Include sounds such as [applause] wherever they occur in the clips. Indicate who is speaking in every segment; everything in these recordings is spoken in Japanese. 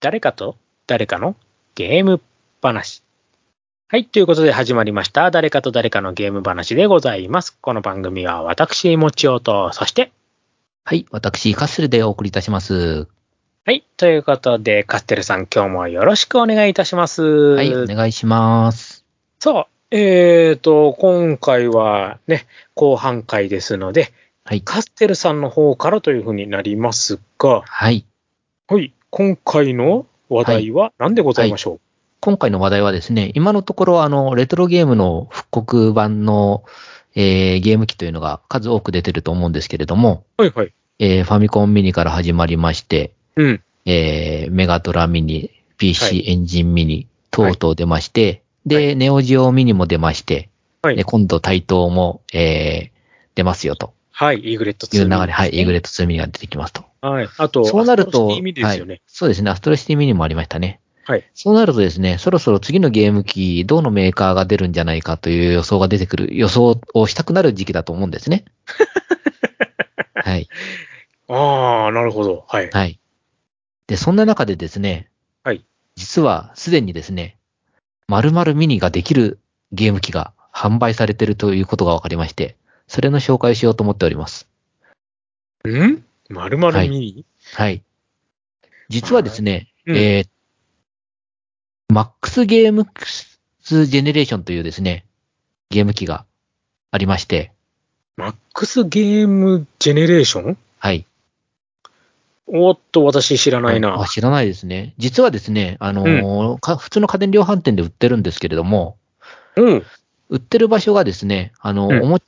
Speaker 1: 誰かと誰かのゲーム話。はい。ということで始まりました。誰かと誰かのゲーム話でございます。この番組は私、もちおと、そして、
Speaker 2: はい、私、カッセルでお送りいたします。
Speaker 1: はい。ということで、カステルさん、今日もよろしくお願いいたします。
Speaker 2: はい、お願いします。
Speaker 1: さあ、えーと、今回はね、後半回ですので、
Speaker 2: はい。
Speaker 1: カステルさんの方からというふうになりますが、
Speaker 2: はい。
Speaker 1: はい。今回の話題は何でございましょう、
Speaker 2: 今回の話題はですね、今のところ、あの、レトロゲームの復刻版の、えーゲーム機というのが数多く出てると思うんですけれども、
Speaker 1: はいはい。
Speaker 2: えーファミコンミニから始まりまして、
Speaker 1: うん。
Speaker 2: えーメガドラミニ、
Speaker 1: は
Speaker 2: PC
Speaker 1: い
Speaker 2: エンジンミニ、等々出まして、
Speaker 1: は
Speaker 2: で、ネオジオミニも出まして、
Speaker 1: はい
Speaker 2: で今度対等も、えー出ますよと
Speaker 1: はい。イーグレット
Speaker 2: い
Speaker 1: 2。
Speaker 2: う流れ、はい、イーグレ
Speaker 1: ッ
Speaker 2: ット2ミニが出てきますと。
Speaker 1: ト。はい。あと、
Speaker 2: そうなると、
Speaker 1: アストロシティ意味ですよ
Speaker 2: は
Speaker 1: ね
Speaker 2: い。、そうですね、アストロシティミニもありましたね。
Speaker 1: はい
Speaker 2: そうなるとですね、そろそろ次のゲーム機、どのメーカーが出るんじゃないかという予想が出てくる、予想をしたくなる時期だと思うんで
Speaker 1: [laughs]
Speaker 2: すね。はい。
Speaker 1: ああ、なるほど。はい。
Speaker 2: はい。で、そんな中でですね、
Speaker 1: はい。
Speaker 2: 実はすでにですね、〇〇ミニができるゲーム機が販売されてるということが分かりまして、それの紹介をしようと思っております。
Speaker 1: んまるまるミニ、
Speaker 2: はい。実はですね、
Speaker 1: うん
Speaker 2: えー、マックスゲームスジェネレーションというですね、ゲーム機がありまして、
Speaker 1: マックスゲームジェネレーション
Speaker 2: はい。
Speaker 1: おっと、私知らないな。
Speaker 2: あ知らないですね。実はですね、あのーか普通の家電量販店で売ってるんですけれども、
Speaker 1: うん。
Speaker 2: 売ってる場所がですね、あのー
Speaker 1: うん
Speaker 2: おも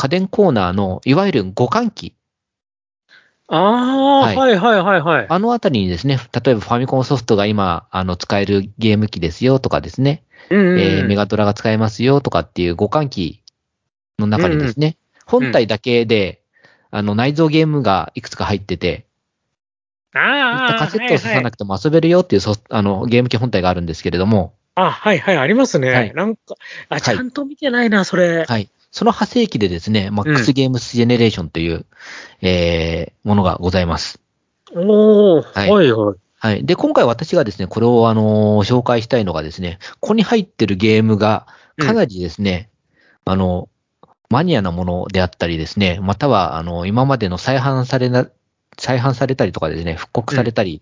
Speaker 2: 家電コーナーの、いわゆる互換機、
Speaker 1: ああ、は、
Speaker 2: はいい
Speaker 1: はいはいはいはい
Speaker 2: あのあたりにですね、例えばファミコンソフトが今、あの、使えるゲーム機ですよとかですね、
Speaker 1: うんうんうん
Speaker 2: えーメガドラが使えますよとかっていう互換機の中にですね、本体だけで、あの内蔵ゲームがいくつか入ってて、いっ
Speaker 1: あ
Speaker 2: た
Speaker 1: あ、
Speaker 2: カセットを挿さ
Speaker 1: はいは
Speaker 2: ないくても遊べるよっていうソフトあのゲーム機本体があるんですけれども、
Speaker 1: あ、はいはい、ありますね。
Speaker 2: はい
Speaker 1: なんか、あ、
Speaker 2: い
Speaker 1: ちゃんと見てないな、それ。
Speaker 2: はい。その派生機でですね、マックスゲームスジェネレーションという、えーものがございます。
Speaker 1: おお、は、
Speaker 2: はいい
Speaker 1: はいはい。
Speaker 2: はい。で、今回私がですね、これをあのー紹介したいのがですね、ここに入ってるゲームが、かなりですね、あの、マニアなものであったりですね、または、あの、今までの再販されな、再販されたりとかですね、復刻されたり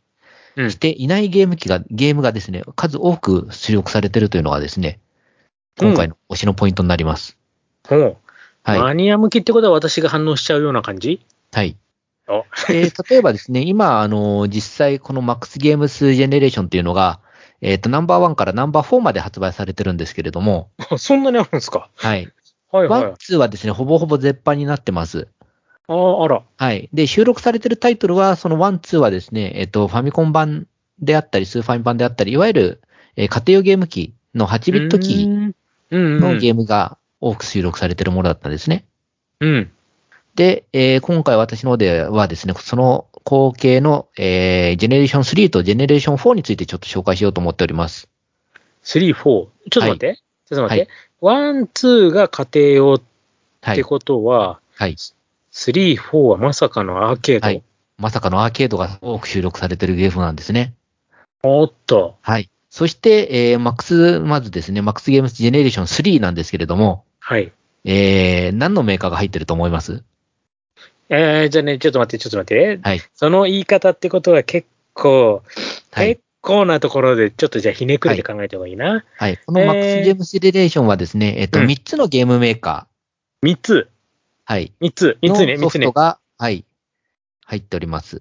Speaker 1: うんうん
Speaker 2: していないゲーム機が、ゲームがですね、数多く出力されてるというのがですね、今回の推しのポイントになります。
Speaker 1: うんほう
Speaker 2: は
Speaker 1: マ
Speaker 2: い。
Speaker 1: ニア向きってことは私が反応しちゃうような感じ
Speaker 2: はい。
Speaker 1: あ
Speaker 2: で、例えばですね、今、あの、実際この MAX ゲームスジェネレーションというのが、えっ、と、ナンバーワンからナンバーフォーまで発売されてるんですけれども、
Speaker 1: あそんなにあるんですか
Speaker 2: はい。
Speaker 1: はい
Speaker 2: ワ
Speaker 1: はい
Speaker 2: ン、。ツーはですね、ほぼほぼ絶版になってます。
Speaker 1: ああ、あら。
Speaker 2: はい。で、収録されてるタイトルは、その1、2はですね、えっと、ファミコン版であったり、スーファミ版であったり、いわゆる、えー家庭用ゲーム機の8ビット
Speaker 1: う
Speaker 2: 機
Speaker 1: んうん。
Speaker 2: のゲームが多く収録されてるものだったんですね。
Speaker 1: うん。
Speaker 2: で、えー今回私の方ではですね、その後継の、えージェネレーション3とジェネレーション4についてちょっと紹介しようと思っております。
Speaker 1: 3、4。ちょっと待って。ちょっと待って。ワン、ツーが家庭用っ
Speaker 2: は
Speaker 1: て
Speaker 2: い。
Speaker 1: ことは、
Speaker 2: はい。
Speaker 1: 3、4はまさかのアーケード。
Speaker 2: はいまさかのアーケードが多く収録されてるゲームなんですね。
Speaker 1: おっと。
Speaker 2: はい。そして、えー、MAX、まずですね、MAX ゲームズジェネレーション3なんですけれども、
Speaker 1: はい。
Speaker 2: えー、何のメーカーが入ってると思います
Speaker 1: えー、じゃあね、ちょっと待って、ちょっと待って。
Speaker 2: はい。
Speaker 1: その言い方ってことは結構、
Speaker 2: はい
Speaker 1: 結。構なところで、ちょっとじゃあひねくれて考えた方がいいな。
Speaker 2: はい。この
Speaker 1: えー
Speaker 2: MAX ゲームスレレーションはですね、えっと、
Speaker 1: うん
Speaker 2: 3つのゲームメーカ
Speaker 1: 3つ。
Speaker 2: ー、はい。
Speaker 1: 3つ。3つね、
Speaker 2: の
Speaker 1: 3
Speaker 2: ソ
Speaker 1: つ
Speaker 2: フ
Speaker 1: ね
Speaker 2: ト。が、はい。入っております。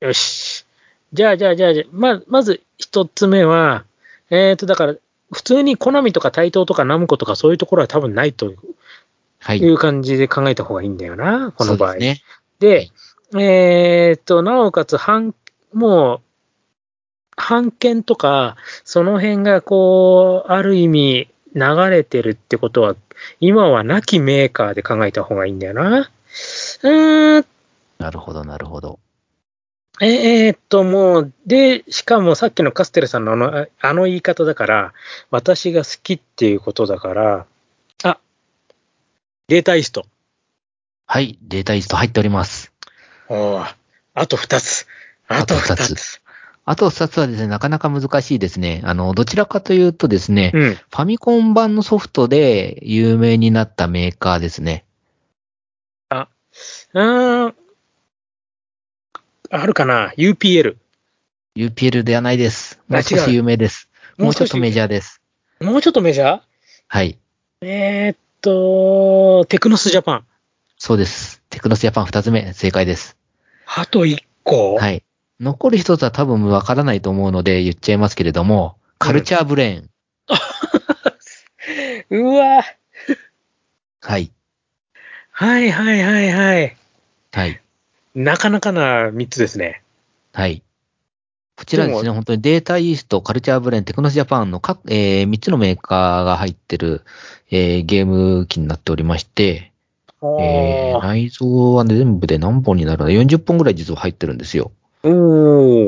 Speaker 1: よし。じゃあ、じゃあ、じゃあ、じゃあま、まず一つ目は、えっ、と、だから、普通にコナミとか台東とかナムコとかそういうところは多分ないと
Speaker 2: はい。
Speaker 1: いう感じで考えた方がいいんだよな、この場合。
Speaker 2: そうですね。
Speaker 1: で、えっ、と、なおかつ、半、もう、判券とか、その辺がこう、ある意味流れてるってことは、今はなきメーカーで考えた方がいいんだよな。うーん
Speaker 2: なるほど、なるほど。
Speaker 1: えーっと、もう、で、しかもさっきのカステルさんのあの、ああの言い方だから、私が好きっていうことだから、あ、データイースト。
Speaker 2: はい。データイースト入っております。
Speaker 1: おーあと2つ。あと
Speaker 2: あと
Speaker 1: 2
Speaker 2: 二
Speaker 1: つ。
Speaker 2: つあと2つはですね、なかなか難しいですね。あの、どちらかというとですね、
Speaker 1: うん。
Speaker 2: ファミコン版のソフトで有名になったメーカーですね。
Speaker 1: うーん。あるかな ?UPL。
Speaker 2: UPL ではないです。もう少
Speaker 1: あ違う
Speaker 2: し有名です。もうちょっとメジャーです。
Speaker 1: ャー。もうちょっとメジャー
Speaker 2: はい。
Speaker 1: えーっと、テクノスジャパン。
Speaker 2: そうです。テクノスジャパン2つ目、正解です。
Speaker 1: あと1個。
Speaker 2: はいい。残る一つは多分わからないと思うので言っちゃいますけれども、カルチャーブレーン。
Speaker 1: うわ
Speaker 2: はい。
Speaker 1: はいはいはいはい。
Speaker 2: はい。
Speaker 1: なかなかな3つですね。
Speaker 2: はい。こちらです
Speaker 1: で
Speaker 2: ね、本当にデータイースト、カルチャーブレーン、テクノスジャパンの各、えー、3つのメーカーが入ってる、えー、ゲーム機になっておりまして、えー、
Speaker 1: あー
Speaker 2: 内蔵は全部で何本になるの ?40 本ぐらい実は入ってるんですよ。
Speaker 1: お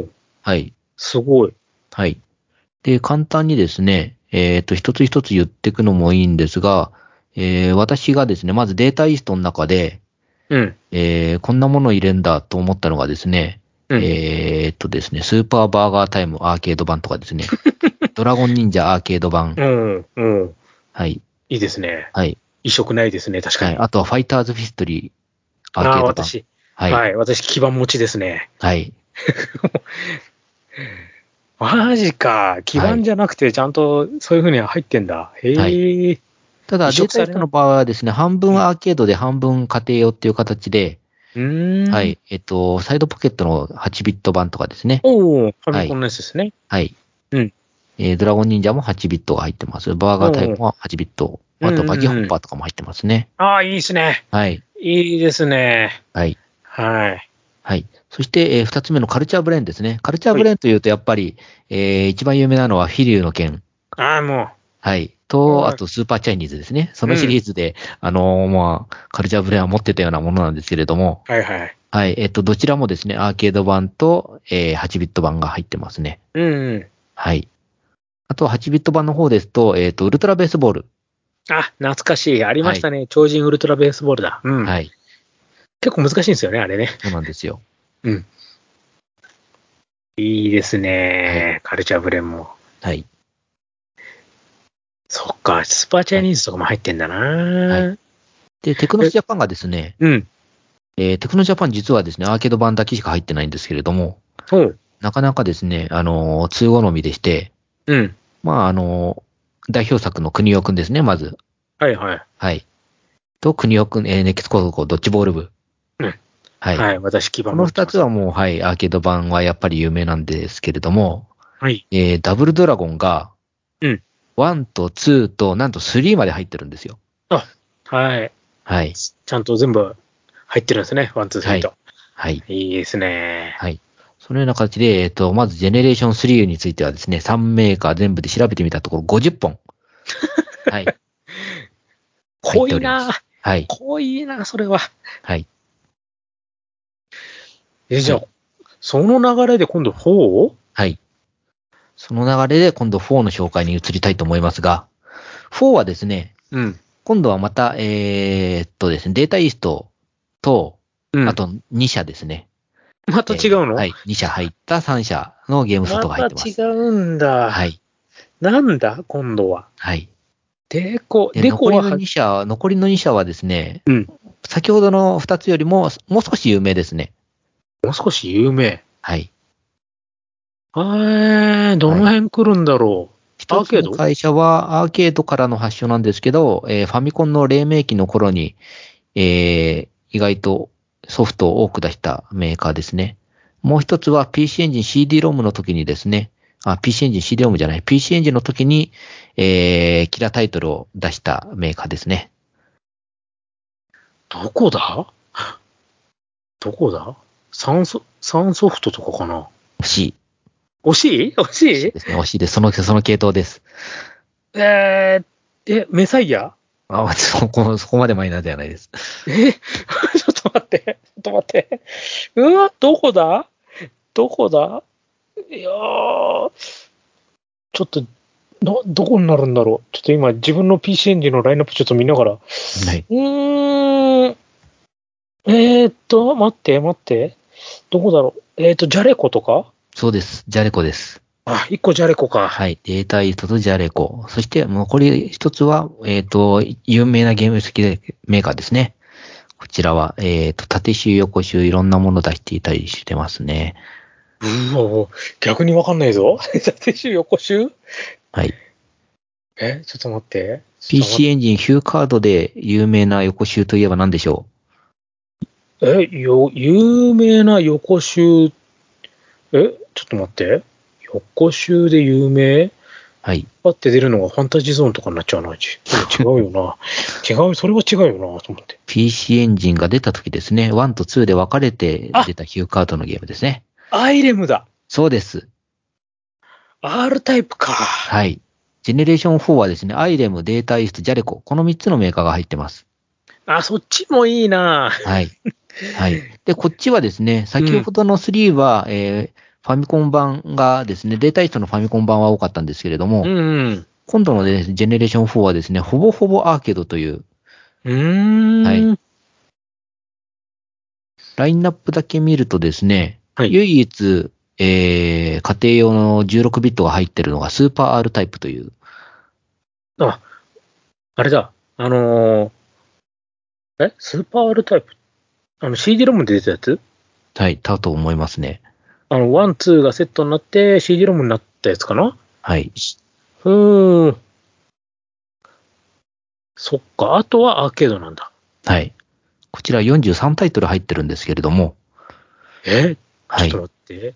Speaker 1: ー、
Speaker 2: はい。
Speaker 1: すごい。
Speaker 2: はい。で、簡単にですね、えっ、と、一つ一つ言っていくのもいいんですが、えー私がですね、まずデータイーストの中で、
Speaker 1: うん。
Speaker 2: えーこんなもの入れんだと思ったのがですね、
Speaker 1: うん
Speaker 2: えーっとですね、スーパーバーガータイムアーケード版とかで
Speaker 1: [laughs]
Speaker 2: すね、ドラゴン忍者アーケード版
Speaker 1: う、ん、うん。
Speaker 2: はい、
Speaker 1: いいですね。
Speaker 2: はい、
Speaker 1: 異色ないですね、確か
Speaker 2: は
Speaker 1: に。
Speaker 2: い。あとはファイターズフィストリーアーケ
Speaker 1: ああー、
Speaker 2: ード版。
Speaker 1: 私。
Speaker 2: は
Speaker 1: はい、
Speaker 2: い、はい、
Speaker 1: 私、基盤持ちですね。
Speaker 2: はい、
Speaker 1: マジか。基盤じゃなくて、ちゃんとそういう風には入ってんだ。へえ、
Speaker 2: はただ、
Speaker 1: 移
Speaker 2: デー
Speaker 1: 植
Speaker 2: タ
Speaker 1: さ
Speaker 2: イ
Speaker 1: れ
Speaker 2: ース
Speaker 1: な
Speaker 2: トの場合はですね、半分アーケードで半分家庭用っていう形で、
Speaker 1: うーん。
Speaker 2: はい、えっと、サイドポケットの8ビット版とかですね、
Speaker 1: おお、ファミコンのやつですね。
Speaker 2: はい。
Speaker 1: うん
Speaker 2: えードラゴン忍者も8ビットが入ってます。バーガータイムは8ビット。
Speaker 1: うん
Speaker 2: あと、バギーホッパーとかも入ってますね。
Speaker 1: ああ、いいですね。
Speaker 2: はい。
Speaker 1: いいですね。
Speaker 2: はい。
Speaker 1: はい。
Speaker 2: はい。そして、え2つ目のカルチャーブレーンですね。カルチャーブレーンというと、やっぱり、えー一番有名なのはフィリューの剣。
Speaker 1: ああ、も
Speaker 2: はい。
Speaker 1: うん
Speaker 2: と、あと、スーパーチャイニーズですね。そのシリーズで、あのーまあ、カルチャーブレーンは持ってたようなものなんですけれども、
Speaker 1: う。はいはい。
Speaker 2: はい。えっと、どちらもですね、アーケード版と、え8ビット版が入ってますね。
Speaker 1: うん、う
Speaker 2: はい。あと、8ビット版の方ですと、えっと、ウルトラベースボール。
Speaker 1: ん。あ、懐かしい。ありましたね。超人ウルトラベースボールだ。うん。
Speaker 2: はい。
Speaker 1: 結構難しいんですよね、あれね。
Speaker 2: そうなんですよ。
Speaker 1: いいですね。カルチャーブレンも。
Speaker 2: はい。
Speaker 1: そっか、スーパーチャイニーズとかも入ってんだな、
Speaker 2: はで、テクノスジャパンがですね、
Speaker 1: うん。
Speaker 2: えーテクノスジャパン実はですね、アーケード版だけしか入ってないんですけれども、
Speaker 1: そう。
Speaker 2: なかなかですね、あのー通好みでして、
Speaker 1: うん。
Speaker 2: まあ、あのー代表作の国尾くんですね、まず。
Speaker 1: はいはい。
Speaker 2: はい。と、国尾くん、えー、熱血高校ドッジボール部。
Speaker 1: うん
Speaker 2: は
Speaker 1: はい、
Speaker 2: い。
Speaker 1: 私、基
Speaker 2: こ
Speaker 1: 盤
Speaker 2: の
Speaker 1: 持って
Speaker 2: 二
Speaker 1: ます
Speaker 2: つはもう、はい、アーケード版はやっぱり有名なんですけれども、
Speaker 1: はい。
Speaker 2: えーダブルドラゴンが、
Speaker 1: うん。
Speaker 2: 1と2と、なんと3まで入ってるんですよ。
Speaker 1: はい。
Speaker 2: はい。
Speaker 1: ちゃんと全部入ってるんですね。ワン、ツー、スリーと。
Speaker 2: はい。
Speaker 1: いいですね。
Speaker 2: はい。そのような形で、えっと、まず、ジェネレーション3についてはですね、3メーカー全部で調べてみたところ50本。
Speaker 1: [laughs]
Speaker 2: はい。入
Speaker 1: 濃
Speaker 2: って
Speaker 1: い
Speaker 2: おります
Speaker 1: な
Speaker 2: はい。
Speaker 1: 濃いなそれは。
Speaker 2: はい。
Speaker 1: え、じゃあ、その流れで今度 4?
Speaker 2: はい。その流れで、今度4の紹介に移りたいと思いますが、4はですね、
Speaker 1: うん。
Speaker 2: 今度はまた、えーっとですね、データイーストと、
Speaker 1: うん。
Speaker 2: あ、と2社ですね。
Speaker 1: また違う
Speaker 2: えー
Speaker 1: の、
Speaker 2: はい。2社入った3社のゲームソフトが入
Speaker 1: ま
Speaker 2: ってま
Speaker 1: た
Speaker 2: す。
Speaker 1: 違うんだ。
Speaker 2: はい。
Speaker 1: なんだ今度は。
Speaker 2: はい。
Speaker 1: デコ、
Speaker 2: で
Speaker 1: デコ
Speaker 2: 残り
Speaker 1: は
Speaker 2: の2社、残りの2社はですね、
Speaker 1: うん
Speaker 2: 先ほどの2つよりも、もう少し有名ですね。
Speaker 1: もう少し有名。
Speaker 2: はい。
Speaker 1: えー、どの辺来るんだろア
Speaker 2: 一
Speaker 1: ーケー
Speaker 2: つ
Speaker 1: ド
Speaker 2: の会社はアーケードからの発祥なんですけど、えーファミコンの黎明期の頃に、えー意外とソフトを多く出したメーカーですね。もう一つは PC エンジン CD-ROM の時にですね、あ、PC エンジン CD-ROM じゃない、PC エンジンの時に、えーキラタイトルを出したメーカーですね。
Speaker 1: う。どこだどこだサンソ、サンソフトとかかな
Speaker 2: 惜しい
Speaker 1: 惜しい惜しい
Speaker 2: ですね、惜しいです。その、その系統です。
Speaker 1: えー、え、メサイヤ [laughs]
Speaker 2: あ、そこ、そこまでマイナーではないです。
Speaker 1: えちょっと待って、ちょっと待って。うわ、どこだどこだいやー、ちょっと、ど、どこになるんだろうちょっと今自分の PC エンジンのラインナップちょっと見ながら、
Speaker 2: はい。
Speaker 1: うーん。えー、っと、待って、待って。どこだろう。えー、っと、ジャレコとか
Speaker 2: そうです。ジャレコです。
Speaker 1: あ、一個じゃれこか。
Speaker 2: はい。データイーストとジャレコ。そして、残り一つは、えっ、と、有名なゲーム好きメーカーですね。こちらは、えっ、と、縦集、横集、いろんなもの出していたりしてますね。
Speaker 1: うわ、逆にわかんないぞ。 [laughs] 縦集、横集
Speaker 2: はい。
Speaker 1: え、ちょっと待って。
Speaker 2: PC エンジン、ヒューカードで有名な横集といえば何でしょ
Speaker 1: え、よ、有名な横集、え、ちょっと待って。横集で有名
Speaker 2: うはい。
Speaker 1: パって出るのがファンタジーゾーンとかになっちゃうな、うち。違うよな。 [laughs] 違う、それは違うよな、と思って。
Speaker 2: PC エンジンが出た時ですね、1と2で分かれて出たヒューカードのゲームですね。
Speaker 1: アイレムだ
Speaker 2: そうです。
Speaker 1: !R タイプか。
Speaker 2: はい。ジェネレーション4はですね、アイレム、データイースト、ジャレコ、この3つのメーカーが入ってます。
Speaker 1: あ、そっちもいいな。
Speaker 2: はい。はい。で、こっちはですね、先ほどの3は、えーファミコン版がですね、データイーストのファミコン版は多かったんですけれども、
Speaker 1: うんうん。
Speaker 2: 今度のねジェネレーション4はですね、ほぼほぼアーケードという、
Speaker 1: うーん。
Speaker 2: はいラインナップだけ見るとですね、
Speaker 1: はい
Speaker 2: 唯一、えー、家庭用の16ビットが入ってるのがスーパー R タイプという、
Speaker 1: あ、あれだ。あのーえ、スーパー R タイプあの CD ロムで出たやつ
Speaker 2: はい、だと思いますね。
Speaker 1: あの、ワン、ツーがセットになって CD ロムになったやつかな
Speaker 2: はい。
Speaker 1: うーん。そっか。あとはアーケードなんだ。
Speaker 2: はい。こちら43タイトル入ってるんですけれども、
Speaker 1: え
Speaker 2: は
Speaker 1: ち
Speaker 2: い
Speaker 1: ょ。っと待って。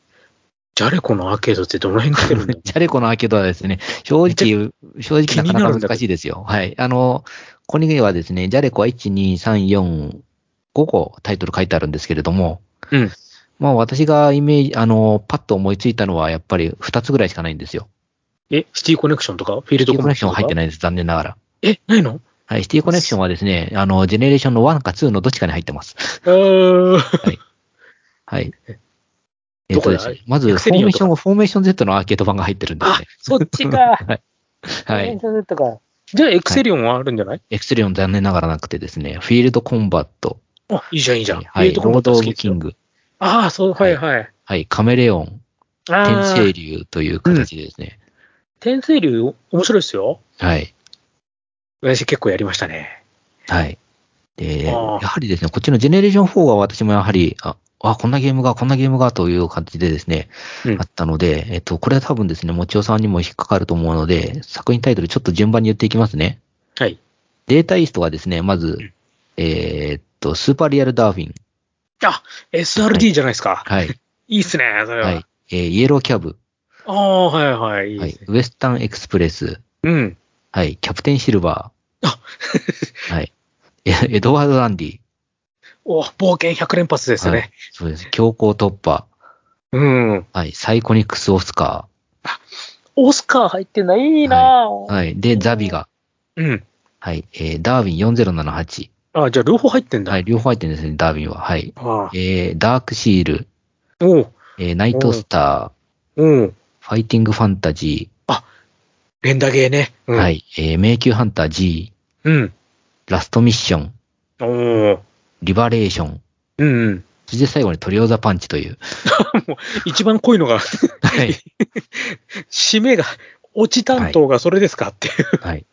Speaker 1: ジャレコのアーケードってどの辺に来てるん
Speaker 2: [laughs]
Speaker 1: だ
Speaker 2: ジャレコのアーケードはですね、正直、正直なかな
Speaker 1: 気になる
Speaker 2: か
Speaker 1: んだけど
Speaker 2: 難しいですよ。はい。あの、ここにはですね、ジャレコは1、2、3、4、5個タイトル書いてあるんですけれども、
Speaker 1: うん。
Speaker 2: まあ私がイメージ、あの、パッと思いついたのはやっぱり2つぐらいしかないんですよ。
Speaker 1: え、シティコネクションとかフィール
Speaker 2: シテ
Speaker 1: ド
Speaker 2: ィコネクションは入って
Speaker 1: ない。
Speaker 2: ないです、残念ながら。
Speaker 1: え、ない
Speaker 2: [laughs]
Speaker 1: の
Speaker 2: はい、シティコネクションはですね、あの、ジェネレーションの1か2のどっちかに入ってます。
Speaker 1: うーん。
Speaker 2: はい。え
Speaker 1: ど
Speaker 2: っ
Speaker 1: ことだ
Speaker 2: ですね、まず、
Speaker 1: エク
Speaker 2: フ
Speaker 1: セ
Speaker 2: ォ
Speaker 1: リ
Speaker 2: ー
Speaker 1: オ
Speaker 2: メー
Speaker 1: ン
Speaker 2: シ
Speaker 1: と
Speaker 2: ョ
Speaker 1: か
Speaker 2: ン、フォーメーション Z のアーケード版が入ってるんです
Speaker 1: あ
Speaker 2: ね。、
Speaker 1: そっちか。
Speaker 2: は
Speaker 1: 連射
Speaker 2: い。
Speaker 1: するとかじゃあ、エクセリオンはあるんじゃない、
Speaker 2: エクセリオン残念ながらなくてですね、フィールドコンバット、
Speaker 1: あ、いいじゃん、いいじゃん。
Speaker 2: は
Speaker 1: エ
Speaker 2: い、
Speaker 1: イト
Speaker 2: ロ
Speaker 1: コンバ
Speaker 2: ー
Speaker 1: ット
Speaker 2: ド・オ
Speaker 1: 好き
Speaker 2: ブ・
Speaker 1: です
Speaker 2: キ
Speaker 1: よ
Speaker 2: ング、
Speaker 1: ああ、そう、はいはい。
Speaker 2: はい、カメレオン、
Speaker 1: あ
Speaker 2: 天
Speaker 1: あ
Speaker 2: 聖竜という形でですね、
Speaker 1: 天聖竜、面白いですよ。
Speaker 2: はい、
Speaker 1: 私結構やりましたね。
Speaker 2: はい。で、や
Speaker 1: あー
Speaker 2: はりですね、こっちのジェネレーション4は私もやはり、あ、あこんなゲームが、こんなゲームがという感じでですね、
Speaker 1: うん
Speaker 2: あったので、えっと、これは多分ですね、もちおさんにも引っかかると思うので、作品タイトルちょっと順番に言っていきますね。
Speaker 1: はい。
Speaker 2: データイーストはですね、まず、えーっと、スーパーリアルダーフィン、
Speaker 1: あ、SRD じゃないですか。 [laughs]
Speaker 2: はい、
Speaker 1: いいっすね、それは。
Speaker 2: はい、えーイエローキャブ、
Speaker 1: ああ、はいはい、いい
Speaker 2: は
Speaker 1: で
Speaker 2: い
Speaker 1: すね。、
Speaker 2: ウエスタンエクスプレス、
Speaker 1: うん。
Speaker 2: はい、キャプテンシルバ
Speaker 1: あ
Speaker 2: ー。 [laughs] はい。えエドワード・ランディ。
Speaker 1: お、冒険100連発です
Speaker 2: はい
Speaker 1: ね。
Speaker 2: そうです。強行突破。
Speaker 1: うん。
Speaker 2: はい。サイコニックス・オスカ
Speaker 1: オスカー入ってんだ、いいなぁ
Speaker 2: ー。はい。で、ザビが。
Speaker 1: うん。
Speaker 2: はい。えー、ダーウィン4078。
Speaker 1: あじゃあ両方入ってんだ。
Speaker 2: はい。両方入ってるんですね、ダーウィンは。はい。
Speaker 1: ああ
Speaker 2: えー、ダークシール、
Speaker 1: おう、
Speaker 2: えー、ナイトスタ
Speaker 1: おう。
Speaker 2: ー、ファイティング・ファンタジ
Speaker 1: 連打ゲーね。
Speaker 2: ー、
Speaker 1: うん、
Speaker 2: は。い。えー、迷宮ハンター G、
Speaker 1: うん。
Speaker 2: ラストミッション、
Speaker 1: おう。
Speaker 2: リバレーション、
Speaker 1: うん、うん。
Speaker 2: そして最後にトリオザ・パンチという。 [laughs]
Speaker 1: 一番濃いのが、 [laughs]
Speaker 2: はい。
Speaker 1: 締めが、落ち担当がそれですかっていう。
Speaker 2: はい。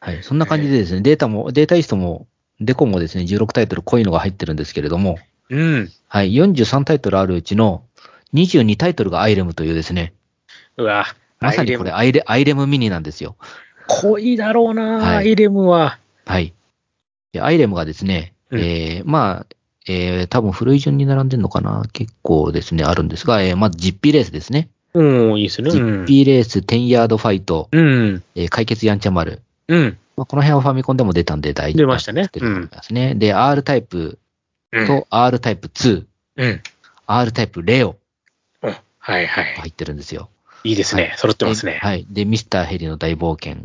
Speaker 2: はい。そんな感じでですね、データも、データイストも、デコもですね、16タイトル濃いのが入ってるんですけれども、
Speaker 1: うん。
Speaker 2: はい。43タイトルあるうちの、22タイトルがアイレムというですね、
Speaker 1: うわ。
Speaker 2: まさにこれアイレ、アイレムミニなんですよ。
Speaker 1: 濃いだろうな、
Speaker 2: はい
Speaker 1: アイレムは。
Speaker 2: はい。でアイレムがですね、
Speaker 1: うん
Speaker 2: えー、まあ、えー、多分古い順に並んでるのかな結構ですね、あるんですが、えー、まず GP レースですね。
Speaker 1: うん、いいですね。うん。
Speaker 2: GP レース、10ヤードファイト、
Speaker 1: うん。
Speaker 2: えー、解決やんちゃ丸。
Speaker 1: うん。
Speaker 2: まあ、この辺はファミコンでも出たんで大
Speaker 1: 出ましたね
Speaker 2: 出てると思いますね。で、R タイプ
Speaker 1: うん。
Speaker 2: と R タイプ2、
Speaker 1: うん。
Speaker 2: R タイプレオ
Speaker 1: うんはいはい。
Speaker 2: 入ってるんですよ。
Speaker 1: いいですね。揃ってます
Speaker 2: で
Speaker 1: ね。
Speaker 2: はい。で、ミスターヘリの大冒険。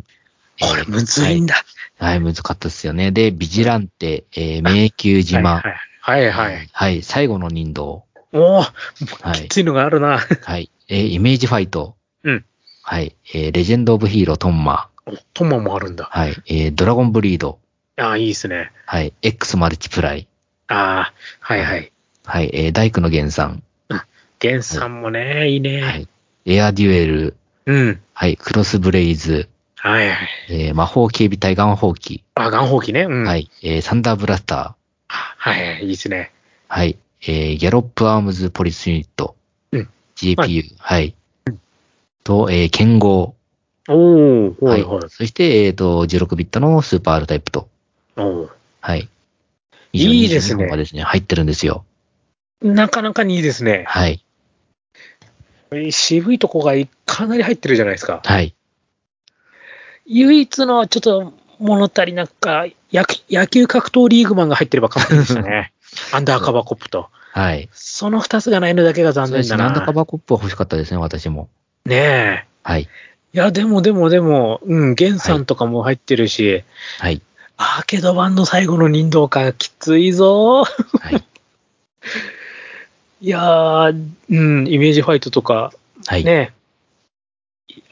Speaker 1: これ、むずいん
Speaker 2: ん
Speaker 1: だ。
Speaker 2: はい、難かったですよね。で、ビジランテ、えー、迷宮島。
Speaker 1: はいはい。はいはい。
Speaker 2: はい、最後の人道。
Speaker 1: おお、
Speaker 2: は
Speaker 1: き
Speaker 2: い。
Speaker 1: ついのがあるな。 [laughs]
Speaker 2: はい。えーイメージファイト。
Speaker 1: うん。
Speaker 2: はい。えーレジェンド・オブ・ヒーロー、トンマ。
Speaker 1: おトマもあるんだ。
Speaker 2: はい。えードラゴン・ブリード。
Speaker 1: ああ、いいですね。
Speaker 2: はい。X マルチプライ。
Speaker 1: ああ、はいはい。
Speaker 2: はい。えー大工の原産。
Speaker 1: ゲンさんもね、いいね。
Speaker 2: はい。エアデュエル、
Speaker 1: うん。
Speaker 2: はい、クロスブレイズ、
Speaker 1: はいはい。
Speaker 2: えー魔法警備隊ガン放棄、
Speaker 1: あ、ガンホウキね。うん。
Speaker 2: は
Speaker 1: はい。
Speaker 2: い、えーサンダーブラスタ
Speaker 1: はいはい、いいですね。
Speaker 2: ー、はい、えーギャロップアームズポリスユニット、
Speaker 1: うん、
Speaker 2: GPU、
Speaker 1: は
Speaker 2: はい、と、えー剣豪、
Speaker 1: おー、は
Speaker 2: はい
Speaker 1: いはい。
Speaker 2: そして、えっ、と、16ビットのスーパー R タイプと、
Speaker 1: おー
Speaker 2: はい。
Speaker 1: いいですね
Speaker 2: 22本がですね、入ってるんですよ。
Speaker 1: なかなかにいいですね。
Speaker 2: はい、
Speaker 1: 渋いとこがかなり入ってるじゃないですか。
Speaker 2: はい、
Speaker 1: 唯一のちょっと物足りなくか、野球野球格闘リーグマンが入ってれば完璧で
Speaker 2: [laughs]
Speaker 1: したね。アンダーカバーコップと。
Speaker 2: はい。
Speaker 1: その二つがないのだけが残念だ
Speaker 2: そうですねアンダーカ
Speaker 1: な。
Speaker 2: バーコップは欲しかったですね、私も。
Speaker 1: ねえ。
Speaker 2: はい、
Speaker 1: いや、でもでもでも、うん、ゲンさんとかも入ってるし、
Speaker 2: はい、
Speaker 1: アーケード版の最後の人道感きついぞ。 [laughs]
Speaker 2: はい、
Speaker 1: いやー、うん、イメージファイトとか、
Speaker 2: はい、
Speaker 1: ね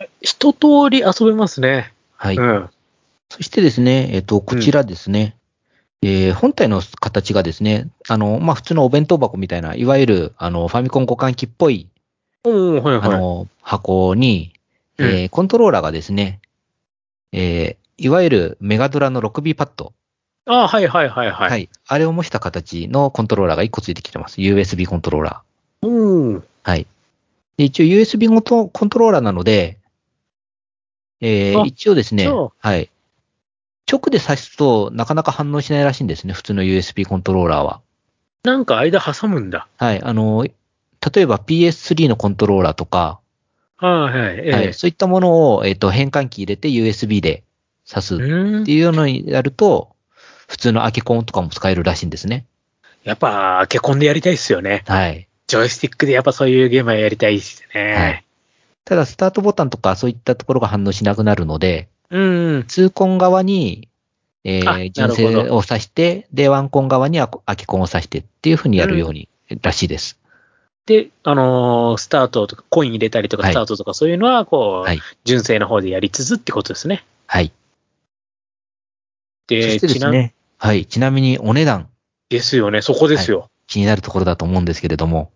Speaker 1: え。一通り遊べますね。
Speaker 2: はい。
Speaker 1: うん。
Speaker 2: そしてですね、えっ、と、こちらですね、えー本体の形がですね、あの、まあ、普通のお弁当箱みたいな、いわゆる、あの、ファミコン互換機っぽい、
Speaker 1: おー、はい
Speaker 2: あ
Speaker 1: はい。
Speaker 2: の、箱に、え
Speaker 1: うん
Speaker 2: ーコントローラーがですね、えーいわゆるメガドラの 6B パッド。
Speaker 1: あーはいはいはいはい。
Speaker 2: あれを模した形のコントローラーが1個ついてきてます。USB コントローラ
Speaker 1: うん。
Speaker 2: ー。はい。で、一応 USB コントコントローラーなので、えー
Speaker 1: あ
Speaker 2: 一応ですね
Speaker 1: そ、
Speaker 2: はい。直で挿すとなかなか反応しないらしいんですね、普通の USB コントローラーは。
Speaker 1: なんか間挟むんだ。
Speaker 2: はい。あの、例えば PS3 のコントローラーとか、
Speaker 1: はいはい。ええ
Speaker 2: はい、そういったものを、えっと変換器入れて USB で挿すっ
Speaker 1: うん
Speaker 2: て。いうのにやると、普通のアケコンとかも使えるらしいんですね。
Speaker 1: やっぱ、開け込んでやりたいっすよね。
Speaker 2: はい。
Speaker 1: ジョイスティックでやっぱそういうゲームはやりたいっすね。
Speaker 2: ただ、スタートボタンとかそういったところが反応しなくなるので、
Speaker 1: うん。
Speaker 2: ツーコン側に、え
Speaker 1: あな
Speaker 2: ー、
Speaker 1: る
Speaker 2: 純
Speaker 1: ほど
Speaker 2: 正を挿して、で、ワンコン側にアコアケコンを挿してっていうふうにやるように、らしいです。
Speaker 1: で、あのースタートとか、コイン入れたりとか、
Speaker 2: はい
Speaker 1: スタートとか、そういうのは、こう、
Speaker 2: はい
Speaker 1: 純正の方でやりつつってことですね。
Speaker 2: はい。そ
Speaker 1: で、
Speaker 2: してで
Speaker 1: ちな
Speaker 2: す
Speaker 1: みに、
Speaker 2: ね、はい。ちなみにお値段、
Speaker 1: ですよね、そこですよ。
Speaker 2: 気になるところだと思うんですけれども、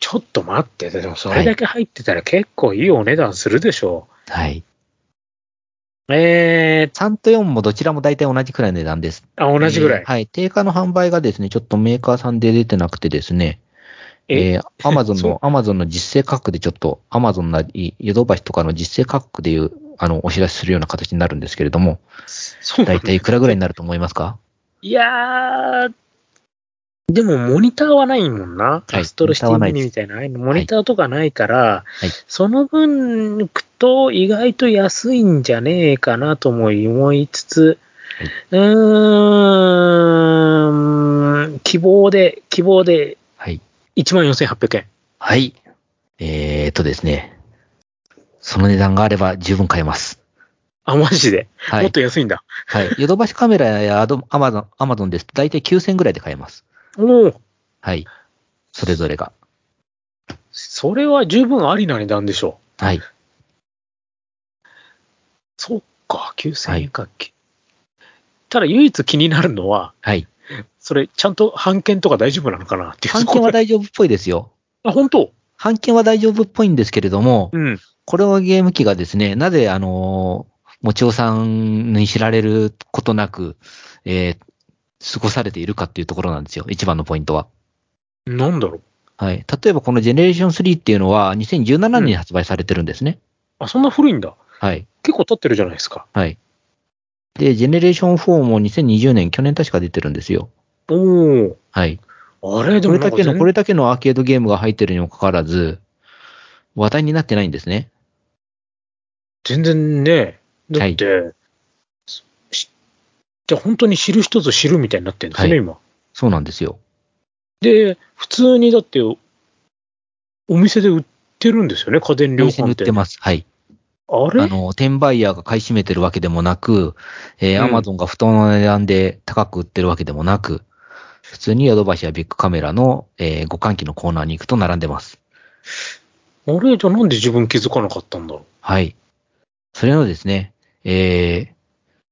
Speaker 1: ちょっと待って、でもそれだけ入ってたら結構いいお値段するでしょ
Speaker 2: はい。
Speaker 1: う。え
Speaker 2: 3と4もどちらも大体同じくらいの値段です。
Speaker 1: ー、あ、同じぐら
Speaker 2: え
Speaker 1: い
Speaker 2: ー。はい。定価の販売がですね、ちょっとメーカーさんで出てなくてですね、
Speaker 1: え
Speaker 2: えー、アマゾ
Speaker 1: [laughs]
Speaker 2: ン
Speaker 1: そう
Speaker 2: の、アマゾンの実勢価格でちょっと、アマゾンなり、ヨドバシとかの実勢価格でいう、あの、お知らせするような形になるんですけれども、
Speaker 1: そうな
Speaker 2: だ
Speaker 1: ん
Speaker 2: い
Speaker 1: だ
Speaker 2: たいいくらぐらいになると思いますか
Speaker 1: いやー、でもモニターはないもんな。
Speaker 2: はい
Speaker 1: アストロシティミニみたいな、ああいうのモニターとかないから、
Speaker 2: い
Speaker 1: その分抜くと意外と安いんじゃねえかなとも思いつつ、うーん、希望で、希望で
Speaker 2: はい。
Speaker 1: 14,800円。
Speaker 2: はい。えーとですね、その値段があれば十分買えます。
Speaker 1: あ、マジで。
Speaker 2: は
Speaker 1: もっ
Speaker 2: い。
Speaker 1: と安いんだ。
Speaker 2: はい。ヨドバシカメラやアドアマゾン、アマゾンですと大体9000円ぐらいで買えます。
Speaker 1: おお、
Speaker 2: はい。それぞれが。
Speaker 1: それは十分ありな値段でしょう。
Speaker 2: はい。
Speaker 1: そっか、9000円か、けただ唯一気になるのは、 [laughs]
Speaker 2: はい。
Speaker 1: それ、ちゃんと版権とか大丈夫なのかなっていう。
Speaker 2: 半券は
Speaker 1: 大
Speaker 2: 大丈夫っぽいですよ。
Speaker 1: あ、本当
Speaker 2: 半券は大丈夫っぽいんですけれども、
Speaker 1: うん。
Speaker 2: これをゲーム機がですね、なぜ、あのー、もちおさんに知られることなく、えー過ごされているかっていうところなんですよ。一番のポイントは。
Speaker 1: なんだろう。
Speaker 2: はい。例えばこのジェネレーション3っていうのは2017年に発売されてるんですね。
Speaker 1: あ、そんな古いんだ。
Speaker 2: はい。
Speaker 1: 結構経ってるじゃないですか。
Speaker 2: はい。で、ジェネレーション4も2020年、去年確か出てるんですよ。
Speaker 1: お
Speaker 2: はい。
Speaker 1: お。あれ、でも
Speaker 2: これ
Speaker 1: なん
Speaker 2: だ
Speaker 1: か
Speaker 2: け
Speaker 1: 全
Speaker 2: の、これだけのアーケードゲームが入ってるにもかかわらず、話題になってないんですね。
Speaker 1: 全然ね、だ
Speaker 2: は
Speaker 1: っ
Speaker 2: い
Speaker 1: て、しじゃあ本当に知る人ぞ知るみたいになってるんですね、
Speaker 2: はい
Speaker 1: 今。
Speaker 2: そうなんですよ。
Speaker 1: で、普通にだって、お店で売ってるんですよね、家電
Speaker 2: お
Speaker 1: 量
Speaker 2: 店に
Speaker 1: 販
Speaker 2: 売って
Speaker 1: 店。
Speaker 2: ます。はい。
Speaker 1: あれ
Speaker 2: あの、転売ヤーが買い占めてるわけでもなく、えー、
Speaker 1: う
Speaker 2: ア
Speaker 1: ん
Speaker 2: マゾンが不当な値段で高く売ってるわけでもなく、普通にヨドバシやビッグカメラの、えー、互換機のコーナーに行くと並んでます。
Speaker 1: あれじゃあなんで自分気づかなかったんだろう。
Speaker 2: はい。それのですね、えー、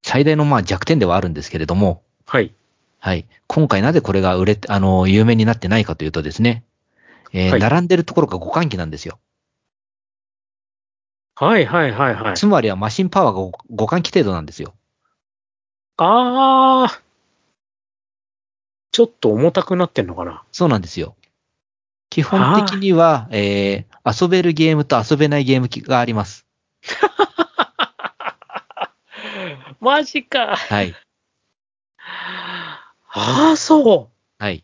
Speaker 2: 最大のまあ弱点ではあるんですけれども、
Speaker 1: はい。
Speaker 2: はい。今回なぜこれが売れて、あの、有名になってないかというとですね、えー
Speaker 1: はい
Speaker 2: 並んでるところが互換機なんですよ。
Speaker 1: はいはいはいはい。
Speaker 2: つまりはマシンパワーが互換機程度なんですよ。
Speaker 1: あー。ちょっと重たくなってんのかな。
Speaker 2: そうなんですよ。基本的には、えー遊べるゲームと遊べないゲーム機があります。
Speaker 1: マジか。
Speaker 2: はい。
Speaker 1: ああ、そ
Speaker 2: はい。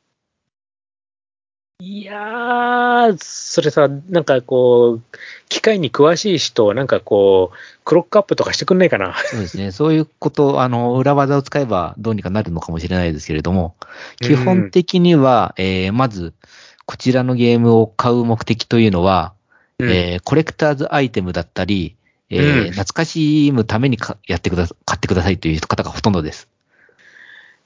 Speaker 1: う。いやー、それさ、なんかこう、機械に詳しい人、なんかこう、クロックアップとかしてくんないかな。
Speaker 2: そうで
Speaker 1: [laughs]
Speaker 2: すね。そういうこと、あの、裏技を使えばどうにかなるのかもしれないですけれども、基本的には、えーまず、こちらのゲームを買う目的というのは、
Speaker 1: うん
Speaker 2: えーコレクターズアイテムだったり、えー
Speaker 1: うん
Speaker 2: 懐かしむためにかやってくださ買ってくださいという方がほとんどです。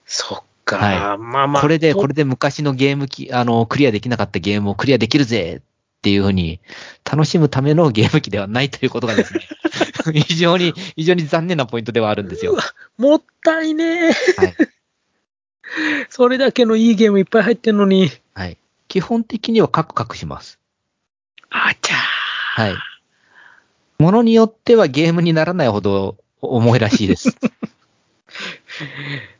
Speaker 1: そっか、
Speaker 2: は
Speaker 1: まあまあ。
Speaker 2: これで、
Speaker 1: と
Speaker 2: これで昔のゲーム機、あの、クリアできなかったゲームをクリアできるぜっていうふうに、楽しむための [laughs] ゲーム機ではないということ
Speaker 1: [laughs]
Speaker 2: がですね、非常に、非常に残念なポイントではあるんですよ。
Speaker 1: うわもったいねえ。
Speaker 2: はい。
Speaker 1: それだけのいいゲームいっぱい入ってんのに。
Speaker 2: はい。基本的にはカクカクします。
Speaker 1: あちゃー。 [laughs]
Speaker 2: はい。ものによってはゲームにならないほど重いらし
Speaker 1: [laughs]
Speaker 2: いです。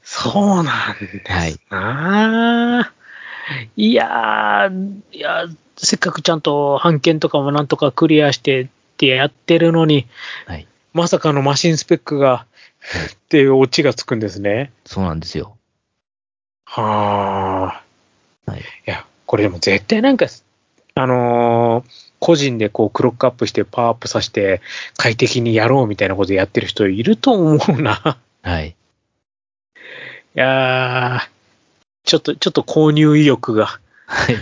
Speaker 1: そうなんですな、い、やー、いやー、せっかくちゃんと判件とかもなんとかクリアしてってやってるのに、
Speaker 2: はい。
Speaker 1: まさかのマシンスペックが、っていうオチがつくんですね。
Speaker 2: そうなんですよ。
Speaker 1: はあ。
Speaker 2: はい。
Speaker 1: いや、これでも絶対なんか、あのー個人でこうクロックアップしてパワーアップさせて快適にやろうみたいなことやってる人いると思うな。 [laughs]
Speaker 2: はい。
Speaker 1: いやー、ちょっと、ちょっと購入意欲が。
Speaker 2: はい。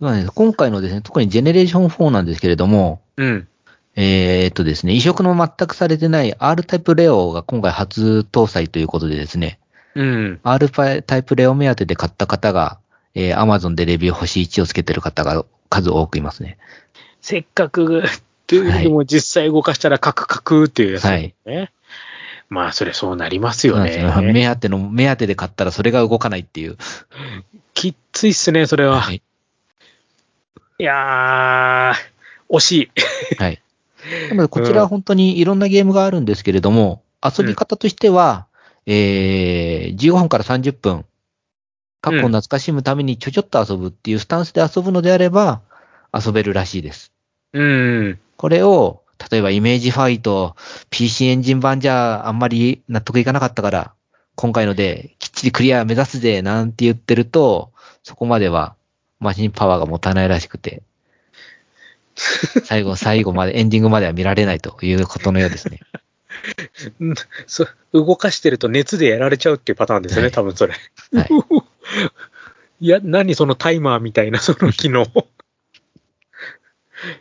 Speaker 2: まあね今回のですね、特にジェネレーション4なんですけれども、
Speaker 1: うん。
Speaker 2: えーっとですね、移植も全くされてない R タイプレオが今回初搭載ということでですね、
Speaker 1: うん。
Speaker 2: R タイプレオ目当てで買った方が、えー、Amazon でレビュー星1をつけてる方が数多くいますね。
Speaker 1: せっかく、というよりも実際動かしたらカクカクっていうやつだよね。まあ、それそうなります
Speaker 2: そう
Speaker 1: よ
Speaker 2: なんですよ [laughs]
Speaker 1: ね。
Speaker 2: 目当ての、目当てで買ったらそれが動かないっていう。
Speaker 1: きっついっすね、それは。、
Speaker 2: はいい。
Speaker 1: やー、惜しい。
Speaker 2: はい。なので、こちらは本当にいろんなゲームがあるんですけれども、遊び方としては、えー、15分から30分、過去を懐かしむためにちょちょっと遊ぶっていうスタンスで遊ぶのであれば、遊べるらしいです。
Speaker 1: うん。
Speaker 2: これを、例えばイメージファイト、PC エンジン版じゃあんまり納得いかなかったから、今回のできっちりクリア目指すぜ、なんて言ってると、そこまではマシンパワーが持たないらしくて、最後、最後まで、エンディングまでは見られないということのようですね。
Speaker 1: うん [laughs] そ動かしてると熱でやられちゃうっていうパターンですよ
Speaker 2: は
Speaker 1: ね、
Speaker 2: い
Speaker 1: 多分それ。
Speaker 2: はい。
Speaker 1: いや、何そのタイマーみたいな、 [laughs] その機能。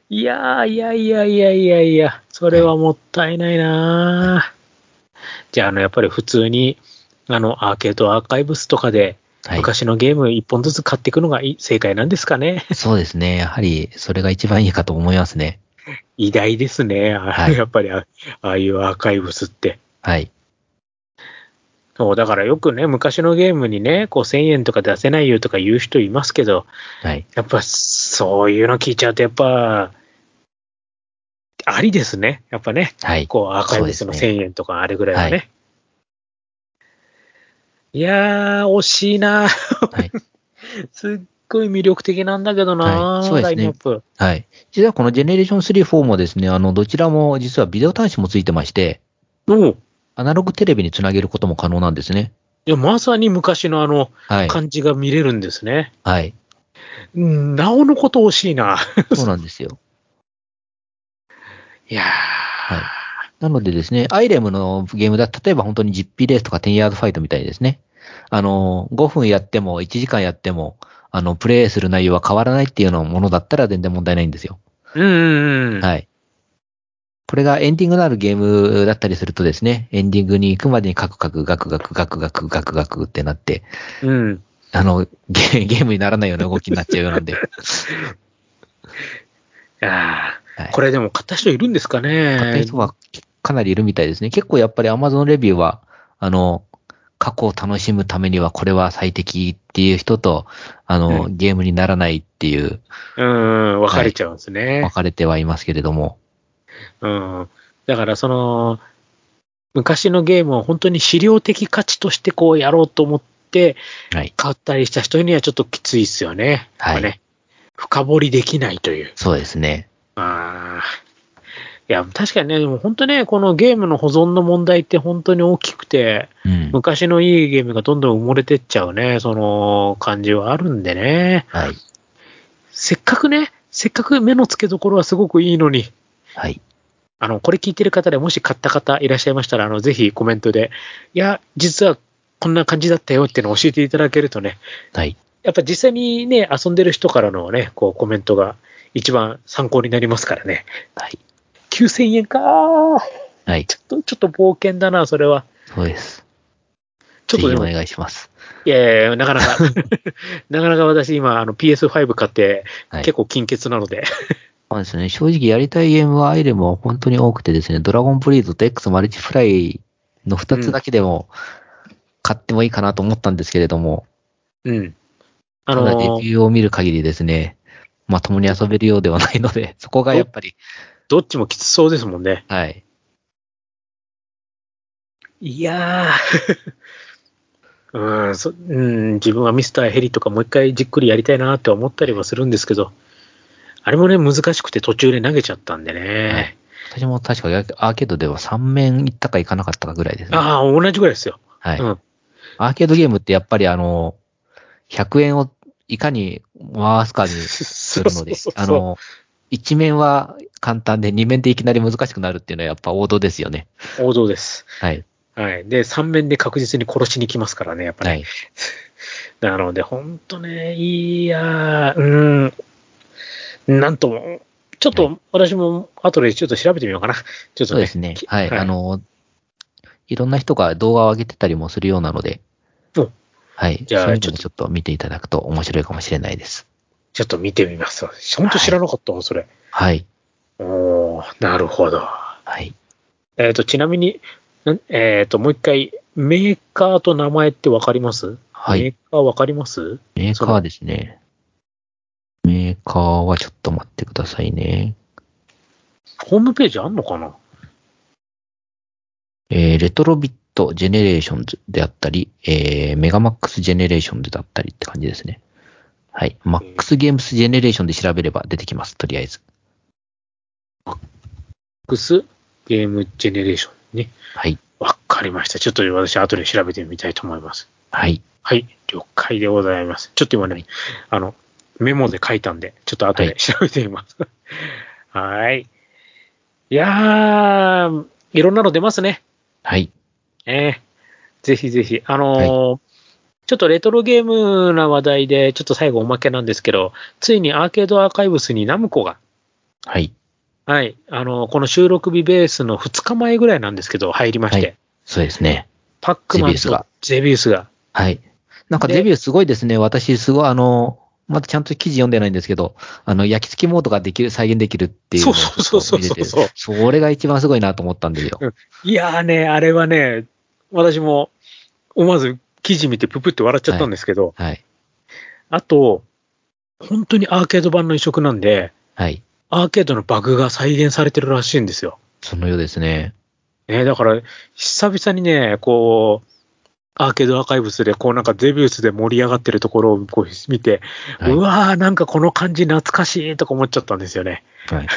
Speaker 1: いやー、いやいやいやいやいや、それはもったいないなーじゃあ、あの、やっぱり普通に、あの、アーケードアーカイブスとかで、
Speaker 2: はい。
Speaker 1: 昔のゲーム一本ずつ買っていくのがいい正解なんですかね。
Speaker 2: そうですね。やはり、それが一番いいかと思いますね。
Speaker 1: 偉大ですね。あ
Speaker 2: はい
Speaker 1: [laughs] やっぱりあ、ああいうアーカイブスって。
Speaker 2: はい。
Speaker 1: そう、だからよくね、昔のゲームにね、こう1000円とか出せないよとか言う人いますけど、
Speaker 2: はい。
Speaker 1: やっぱそういうの聞いちゃうと、やっぱ、ありですね。やっぱね、
Speaker 2: はい。
Speaker 1: こうアーカイブスの
Speaker 2: そうですね
Speaker 1: 1000円とかあれぐらいはね。、
Speaker 2: はい
Speaker 1: やー、惜しいな
Speaker 2: はい。
Speaker 1: [laughs] すっごい魅力的なんだけどな、
Speaker 2: はいそうですね
Speaker 1: ラインナップ。
Speaker 2: はい。実はこのジェネレーション3、4もですね、あの、どちらも実はビデオ端子もついてまして、
Speaker 1: おう
Speaker 2: アナログテレビにつなげることも可能なんですね。
Speaker 1: いや、まさに昔のあの
Speaker 2: はい。
Speaker 1: 感じが見れるんですね。 [laughs]
Speaker 2: はい。
Speaker 1: うんなおのこと惜しいな。
Speaker 2: そうなんですよ。
Speaker 1: いやー。
Speaker 2: いなのでですね、アイレムのゲームだ、例えば本当に実費レースとか10ヤードファイトみたいにですね、あの、5分やっても1時間やっても、あの、プレイする内容は変わらないっていうようなものだったら全然問題ないんですよ。
Speaker 1: うんうんうん。
Speaker 2: はい。これがエンディングのあるゲームだったりするとですね、エンディングに行くまでにカクカクガクガクガクガクガクガクってなって、
Speaker 1: うん
Speaker 2: あの、ゲゲー [laughs] ムにならないような動きになっちゃうようなんで。
Speaker 1: ああ、
Speaker 2: はい
Speaker 1: これでも買った人いるんですかね。
Speaker 2: 買った人はかなりいるみたいですね。結構やっぱり Amazon レビューは、あの、過去を楽しむためにはこれは最適っていう人と、あの、
Speaker 1: う
Speaker 2: ゲームにならないっていう、
Speaker 1: うん、分かれちゃうんですね。
Speaker 2: 分かれてはいますけれども。
Speaker 1: うん。だからその、昔のゲームを本当に資料的価値としてこうやろうと思って
Speaker 2: はい。
Speaker 1: 買ったりした人にはちょっときついっすよね。
Speaker 2: はい
Speaker 1: やっぱね深掘りできないという。
Speaker 2: そうですね。
Speaker 1: ああ。いや、確かにね、でも本当ね、このゲームの保存の問題って本当に大きくて、
Speaker 2: うん。
Speaker 1: 昔のいいゲームがどんどん埋もれてっちゃうね、その感じはあるんでね。
Speaker 2: はい。
Speaker 1: せっかくね、せっかく目の付けどころはすごくいいのに、
Speaker 2: はい。
Speaker 1: あの、これ聞いてる方でもし買った方いらっしゃいましたら、あの、ぜひコメントで、いや、実はこんな感じだったよっていうのを教えていただけるとね、
Speaker 2: はい。
Speaker 1: やっぱ実際にね、遊んでる人からのね、こうコメントが一番参考になりますからね。
Speaker 2: はい。
Speaker 1: 9000円かー
Speaker 2: はい。
Speaker 1: ちょっと、ちょっと冒険だな、それは。
Speaker 2: そうです。
Speaker 1: ちょっとで
Speaker 2: ぜひお
Speaker 1: も、い
Speaker 2: 願いします。
Speaker 1: やいや、なかなか、 [laughs] なかなか私今、あの PS5 買って、
Speaker 2: はい
Speaker 1: 結構金欠なので、
Speaker 2: そうですね。正直やりたいゲームはアイレムは本当に多くてですね、ドラゴンブリードと X マルチフライの2つだけでも買ってもいいかなと思ったんですけれども、
Speaker 1: うん。あ
Speaker 2: ただレ
Speaker 1: のー
Speaker 2: ビューを見る限りですね、まともに遊べるようではないの
Speaker 1: [laughs]
Speaker 2: で、そこがやっぱり、
Speaker 1: どっちもきつそうですもんね。
Speaker 2: はい。
Speaker 1: いやー [laughs] うんそうん、自分はミスターヘリとかもう一回じっくりやりたいなって思ったりはするんですけど、あれもね、難しくて途中で投げちゃったんでね。
Speaker 2: 私も確かアーケードでは3面行ったか行かなかったかぐらいですね。
Speaker 1: ああ、同じぐらいですよ。
Speaker 2: はい。
Speaker 1: うん
Speaker 2: アーケードゲームってやっぱりあの、100円をいかに回すかに
Speaker 1: そ
Speaker 2: す
Speaker 1: う
Speaker 2: るの
Speaker 1: そう
Speaker 2: で
Speaker 1: そう、
Speaker 2: あの、一面は簡単で、二面でいきなり難しくなるっていうのはやっぱ王道ですよね。
Speaker 1: 王道です。
Speaker 2: はい。
Speaker 1: はい。で、3面で確実に殺しに来ますからね、やっぱり、
Speaker 2: はい。
Speaker 1: なので、ほんとね、いやー、うん、なんとも、ちょっ
Speaker 2: は
Speaker 1: と私も後でちょっと調べてみようかな。ちょっと
Speaker 2: そうですね
Speaker 1: き。
Speaker 2: はい。あの、いろんな人が動画を上げてたりもするようなので
Speaker 1: お、
Speaker 2: はい。
Speaker 1: じゃあ
Speaker 2: そういうの
Speaker 1: ちょっ
Speaker 2: も
Speaker 1: と
Speaker 2: ちょっと見ていただくと面白いかもしれないです。
Speaker 1: ちょっと見てみます。ほんと知らなかったわ、それ。
Speaker 2: はい。
Speaker 1: おおなるほど。
Speaker 2: はい。
Speaker 1: えっ、と、ちなみに、んえっ、と、もう一回、メーカーと名前ってわかります
Speaker 2: は
Speaker 1: メ
Speaker 2: い。
Speaker 1: ーカーわかります
Speaker 2: メーカーですね。メーカーはちょっと待ってくださいね。
Speaker 1: ホームページあんのかな
Speaker 2: えーレトロビットジェネレーションズであったり、えーメガマックスジェネレーションズだったりって感じですね。はい。マックスゲームスジェネレーションで調べれば出てきます。とりあえず。
Speaker 1: ?X ゲームジェネレーションね。
Speaker 2: はい。
Speaker 1: わかりました。ちょっと私、後で調べてみたいと思います。
Speaker 2: はい。
Speaker 1: はい。了解でございます。ちょっと今ね、
Speaker 2: はい
Speaker 1: あの、メモで書いたんで、ちょっと後
Speaker 2: は
Speaker 1: で
Speaker 2: い
Speaker 1: 調べてみます。 [laughs] はーい。いやー、いろんなの出ますね。
Speaker 2: はい。
Speaker 1: ええぜひぜひ。あのーちょっとレトロゲームな話題で、ちょっと最後おまけなんですけど、ついにアーケードアーカイブスにナムコが、
Speaker 2: はい。
Speaker 1: はい、あのーこの収録日ベースの2日前ぐらいなんですけど、入りまして、
Speaker 2: はいそうですね。
Speaker 1: パックマン
Speaker 2: ゼビウスが
Speaker 1: とゼビウスが、
Speaker 2: はい。なんか
Speaker 1: で
Speaker 2: デビューすごいですね。私、すごいあの、まだちゃんと記事読んでないんですけど、あの、焼き付きモードができる、再現できるっていうのをちょっと
Speaker 1: そうそうそうそうそう
Speaker 2: 見れてそれが一番すごいなと思ったんですよ。
Speaker 1: いやーね、あれはね、私も思わず記事見てププって笑っちゃったんですけど、
Speaker 2: はい。
Speaker 1: あと、本当にアーケード版の移植なんで、
Speaker 2: はい。
Speaker 1: アーケードのバグが再現されてるらしいんですよ。
Speaker 2: そのようですね。
Speaker 1: ね、だから、久々にね、こう、アーケードアーカイブスで、こうなんかデビュースで盛り上がってるところをこう見て、
Speaker 2: はいう
Speaker 1: わー、なんかこの感じ懐かしいとか思っちゃったんですよね。
Speaker 2: はい。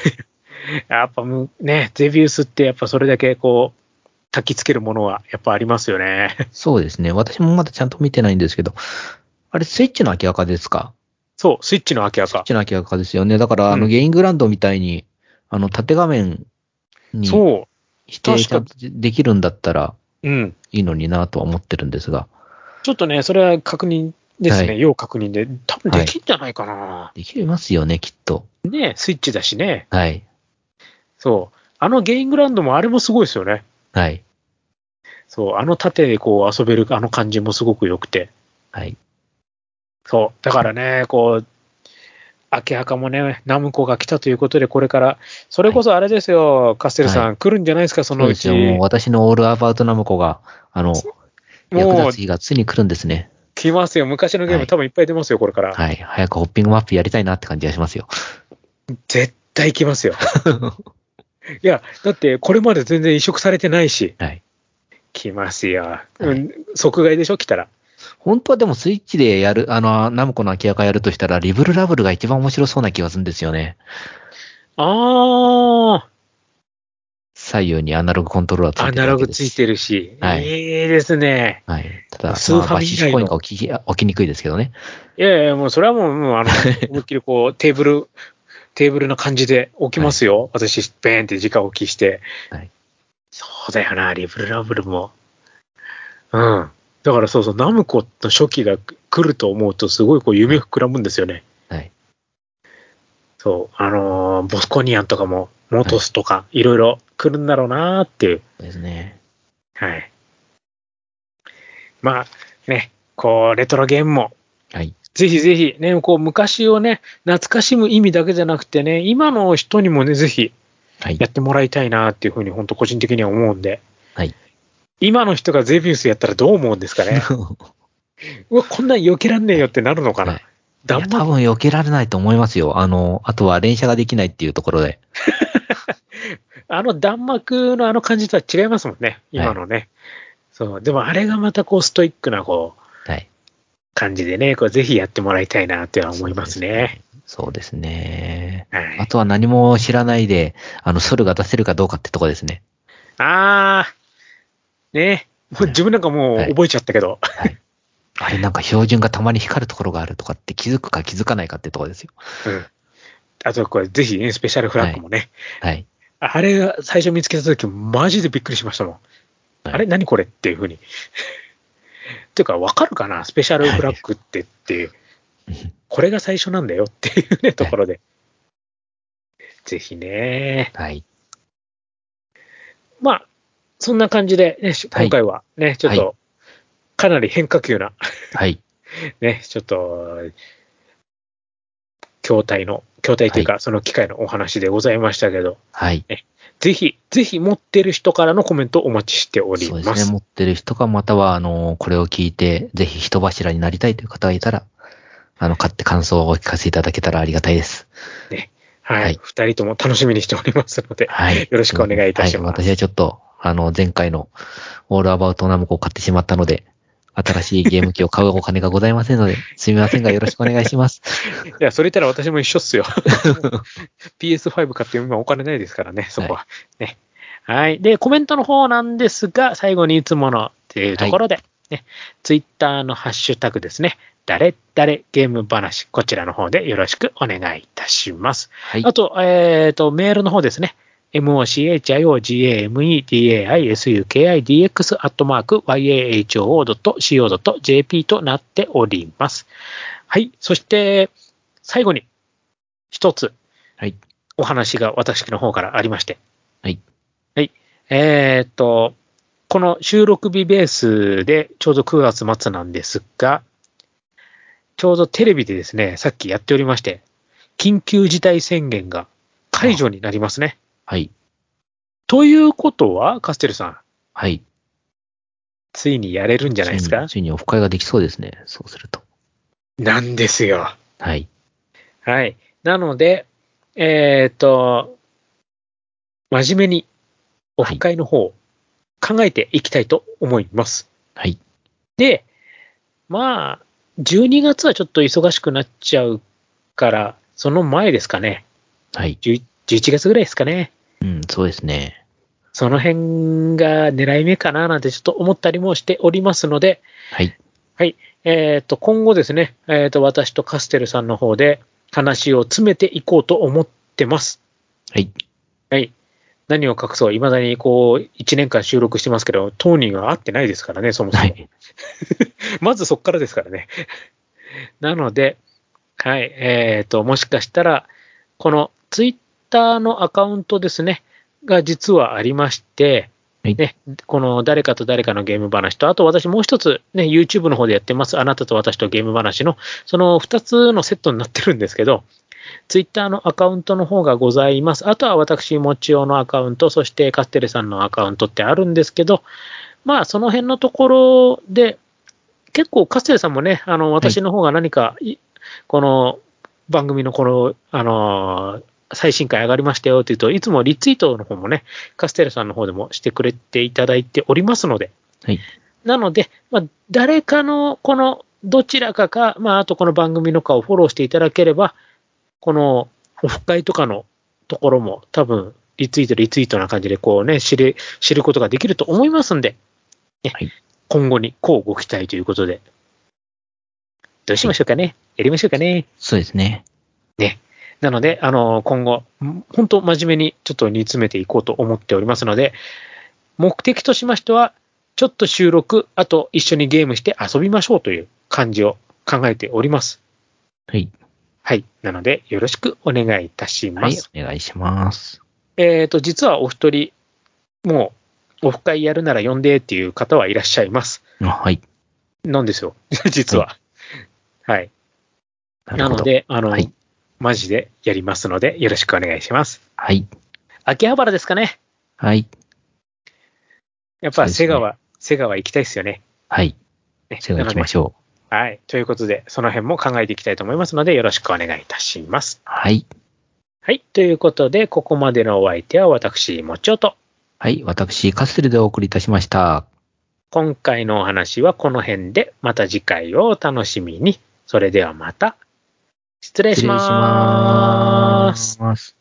Speaker 1: やっぱむね、デビュースってやっぱそれだけこう、焚きつけるものはやっぱありますよね。 [laughs]
Speaker 2: そうですね。私もまだちゃんと見てないんですけど、あれ、スイッチの明らかですか
Speaker 1: そう、スイッチの秋
Speaker 2: スイッ
Speaker 1: 赤。
Speaker 2: チの明らかですよね。だから、あの、
Speaker 1: うん
Speaker 2: ゲイングランドみたいに、あの、縦画面に指
Speaker 1: そ
Speaker 2: 定
Speaker 1: 確か
Speaker 2: できるんだったら
Speaker 1: う、うん。
Speaker 2: いいのになとは思ってるんですが、
Speaker 1: ちょっとね、それは確認ですね、
Speaker 2: はい
Speaker 1: 要確認で、多分できんじゃないかな。
Speaker 2: できますよね、きっと。
Speaker 1: ね、スイッチだしね、
Speaker 2: はい。
Speaker 1: そう。あのゲイングラウンドもあれもすごいですよね。
Speaker 2: はい。
Speaker 1: そう、あの盾でこう遊べるあの感じもすごく良くて。
Speaker 2: はい。
Speaker 1: そう、だからね、こう、秋葉もね、ナムコが来たということで、これから、それこそあれですよ、カステルさん、来るんじゃないですか、そ
Speaker 2: そ
Speaker 1: の
Speaker 2: う
Speaker 1: う
Speaker 2: で
Speaker 1: ち。
Speaker 2: すよ。もう私のオールアバウトナムコが、あの、役
Speaker 1: もう
Speaker 2: 立つ日がついに来るんですね。
Speaker 1: 来ますよ。昔のゲーム、
Speaker 2: はい
Speaker 1: 多分いっぱい出ますよ、これから。
Speaker 2: はい。早くホッピングマップやりたいなって感じがしますよ。
Speaker 1: 絶対来ます
Speaker 2: [laughs]
Speaker 1: よ。いや、だってこれまで全然移植されてないし、
Speaker 2: はい。
Speaker 1: 来ますよ。うん、即買いでしょ、来たら。
Speaker 2: 本当はでもスイッチでやる、あの、ナムコの空き家がやるとしたら、リブルラブルが一番面白そうな気がするんですよね。
Speaker 1: あ
Speaker 2: 左右にアナログコントローラーつい
Speaker 1: あ、
Speaker 2: て
Speaker 1: ア
Speaker 2: る
Speaker 1: ナログつい
Speaker 2: る。
Speaker 1: てるし、
Speaker 2: は
Speaker 1: い
Speaker 2: い
Speaker 1: いですね。
Speaker 2: はい。ただ、
Speaker 1: スーファミ以外の
Speaker 2: まあバシッシュコインが起き起きにくいですけどね。
Speaker 1: いやいや、もうそれはもう、もうあの、思いっきりこう、テーブル、 [laughs] テーブルな感じで置きますよ。私、ベーンって直置きして。
Speaker 2: はい
Speaker 1: そうだよな、リブルラブルも。うん。だからそうそう、ナムコの初期が来ると思うと、すごいこう、夢膨らむんですよね。
Speaker 2: はい。
Speaker 1: そう、あのーボスコニアンとかも、モトスとか、いろいろ来るんだろうなーっていう。
Speaker 2: そうですね。
Speaker 1: はい。まあ、ね、こう、レトロゲームも
Speaker 2: はい。
Speaker 1: ぜひぜひ、ね、こう昔をね、懐かしむ意味だけじゃなくてね、今の人にもね、ぜひ
Speaker 2: [laughs] はい
Speaker 1: や。ってもらいたいなっていうふうに、本当個人的には思うんで。
Speaker 2: はい。。
Speaker 1: 今の人がゼビウスやったらどう思うんですかね
Speaker 2: [laughs]
Speaker 1: うわ、こんなん避けらんねえよってなるのか
Speaker 2: は。
Speaker 1: ないだ
Speaker 2: い
Speaker 1: ん
Speaker 2: や、多
Speaker 1: ま、
Speaker 2: 分避けられないと思いますよ。あの、あとは連射ができないっていうところで。
Speaker 1: あの弾幕のあの感じとは違いますもんね。今のね。そう。でもあれがまたこうストイックなこう、
Speaker 2: はい。
Speaker 1: 感じでね、こうぜひやってもらいたいなっては思いますね。
Speaker 2: そうですね。
Speaker 1: はい
Speaker 2: あ。とは何も知らないで、あの、ソルが出せるかどうかってとこですね。
Speaker 1: あー、ね。もう自分なんかもう覚えちゃったけど。 [laughs]
Speaker 2: はい。あれなんか標準がたまに光るところがあるとかって気づくか気づかないかってとこですよ。
Speaker 1: うんあと、これ、ぜひね、スペシャルフラッグもね。
Speaker 2: はい。
Speaker 1: あれが最初見つけたとき、マジでびっくりしましたもん。あれ何これっていうふうに。 [laughs] っていうか、わかるかなスペシャルフラッグってっていう。これが最初なんだよっていうね、ところで。ぜひね。
Speaker 2: はい。
Speaker 1: まあ、そんな感じで、ね、
Speaker 2: はい
Speaker 1: 今回はね、ちょっ
Speaker 2: は
Speaker 1: と、かなり変化球な、
Speaker 2: はい。
Speaker 1: ね、ちょっと、筐体の、筐体というか、その機械のお話でございましたけど、
Speaker 2: はい。
Speaker 1: ぜひ、ぜひ持ってる人からのコメントお待ちしており
Speaker 2: そうで
Speaker 1: ます
Speaker 2: ね。
Speaker 1: す。
Speaker 2: 持ってる人か、または、あの、これを聞いて、ぜひ人柱になりたいという方がいたら、あの、買って感想をお聞かせいただけたらありがたいです。
Speaker 1: は
Speaker 2: はいい。
Speaker 1: 二、人とも楽しみにしております
Speaker 2: [laughs]
Speaker 1: ので、
Speaker 2: はい。
Speaker 1: よろしくお願いいたします
Speaker 2: はい、私はちょっと、あの、前回のオールアバウトナムコを買ってしまったので、新しいゲーム機を買うお金がございませんので、すみませんがよろしくお願いします。
Speaker 1: いや、それ言ったら私も一緒っ
Speaker 2: [laughs]
Speaker 1: すよ。PS5 買って今お金ないですからね、そこは。ね。はい。で、コメントの方なんですが、最後にいつものっていうところで、ね、Twitter のハッシュタグですね、誰々ゲーム話、こちらの方でよろしくお願いいたします。
Speaker 2: はい
Speaker 1: あ。と、えっ、と、メールの方ですね。mochiogame,daisukidx.yahoo.co.jp となっております。はい。そして、最後に、一つ、
Speaker 2: はい。
Speaker 1: お話が私の方からありまして。
Speaker 2: はい。
Speaker 1: はい。えーっと、この収録日ベースで、ちょうど9月末なんですが、ちょうどテレビでですね、さっきやっておりまして、緊急事態宣言が解除になりますね。
Speaker 2: はい。
Speaker 1: ということは、カステルさん、
Speaker 2: はい。
Speaker 1: ついにやれるんじゃないですか
Speaker 2: ついについにオフ会ができそうですね。そうすると。
Speaker 1: なんですよ。
Speaker 2: はい。
Speaker 1: はい。なので、えっ、と、真面目にオフ会の方を考えていきたいと思います。
Speaker 2: はい。
Speaker 1: で、まあ、12月はちょっと忙しくなっちゃうから、その前ですかね。
Speaker 2: はい。
Speaker 1: 10 11月ぐらいですかね。
Speaker 2: うん、そうですね。
Speaker 1: その辺が狙い目かななんてちょっと思ったりもしておりますので、
Speaker 2: はい。
Speaker 1: えっ、と、今後ですね、えっ、と、私とカステルさんの方で話を詰めていこうと思ってます。
Speaker 2: はい。
Speaker 1: はい。何を隠そう、未だにこう、1年間収録してますけど、当人は会ってないですからね、そもそも。
Speaker 2: はい。
Speaker 1: [laughs] まずそこからですからね。なので、はい、えっ、と、もしかしたら、このツイッターのアカウントですね、が実はありまして、
Speaker 2: はい
Speaker 1: ね、この誰かと誰かのゲーム話と、あと私もう一つ、ね、YouTube の方でやってます、あなたと私とゲーム話の、その二つのセットになってるんですけど、ツイッターのアカウントの方がございます。あとは私、もちおのアカウント、そしてカステレさんのアカウントってあるんですけど、まあ、その辺のところで、結構、カステルさんもね、あの、私の方が何か、いこの番組のこの、あのー最新回上がりましたよっていうと、いつもリツイートの方もね、カステルさんの方でもしてくれていただいておりますので、
Speaker 2: はい。
Speaker 1: なので、まあ、誰かの、この、どちらかか、まあ、あとこの番組のかをフォローしていただければ、この、オフ会とかのところも、多分、リツイート、リツイートな感じで、こうね、知る、知ることができると思いますんで、ね、
Speaker 2: はい
Speaker 1: 今後に、こうご期待ということで、どうしましょうかね。やりましょうかね。
Speaker 2: そうですね。
Speaker 1: なので、あの、今後、本当真面目にちょっと煮詰めていこうと思っておりますので、目的としましては、ちょっと収録、あと一緒にゲームして遊びましょうという感じを考えております。
Speaker 2: はい。
Speaker 1: はい。なので、よろしくお願いいたし
Speaker 2: は
Speaker 1: ま
Speaker 2: い
Speaker 1: す。。
Speaker 2: お願いします。
Speaker 1: えっ、と、実はお一人、もう、オフ会やるなら呼んでっていう方はいらっしゃいます。
Speaker 2: あはい。
Speaker 1: なんですよ。 [laughs] 実は。はい。
Speaker 2: な
Speaker 1: な
Speaker 2: るほ
Speaker 1: の
Speaker 2: ど。
Speaker 1: で、あの、
Speaker 2: はい
Speaker 1: マジでやりますので、よろしくお願いします。
Speaker 2: はい。
Speaker 1: 秋葉原ですかね。
Speaker 2: はい。
Speaker 1: やっぱ
Speaker 2: そうです
Speaker 1: 瀬
Speaker 2: ね
Speaker 1: 川、瀬川行きたいですよね。
Speaker 2: はい。
Speaker 1: ね
Speaker 2: それでは行きま
Speaker 1: なので
Speaker 2: しょう。
Speaker 1: はい。ということで、その辺も考えていきたいと思いますので、よろしくお願いいたします。
Speaker 2: はい。
Speaker 1: はい。ということで、ここまでのお相手は私、もちおと。
Speaker 2: はい。私、カステルでお送りいたしました。
Speaker 1: 今回のお話はこの辺で、また次回をお楽しみに。それではまた、失礼します。
Speaker 2: ます。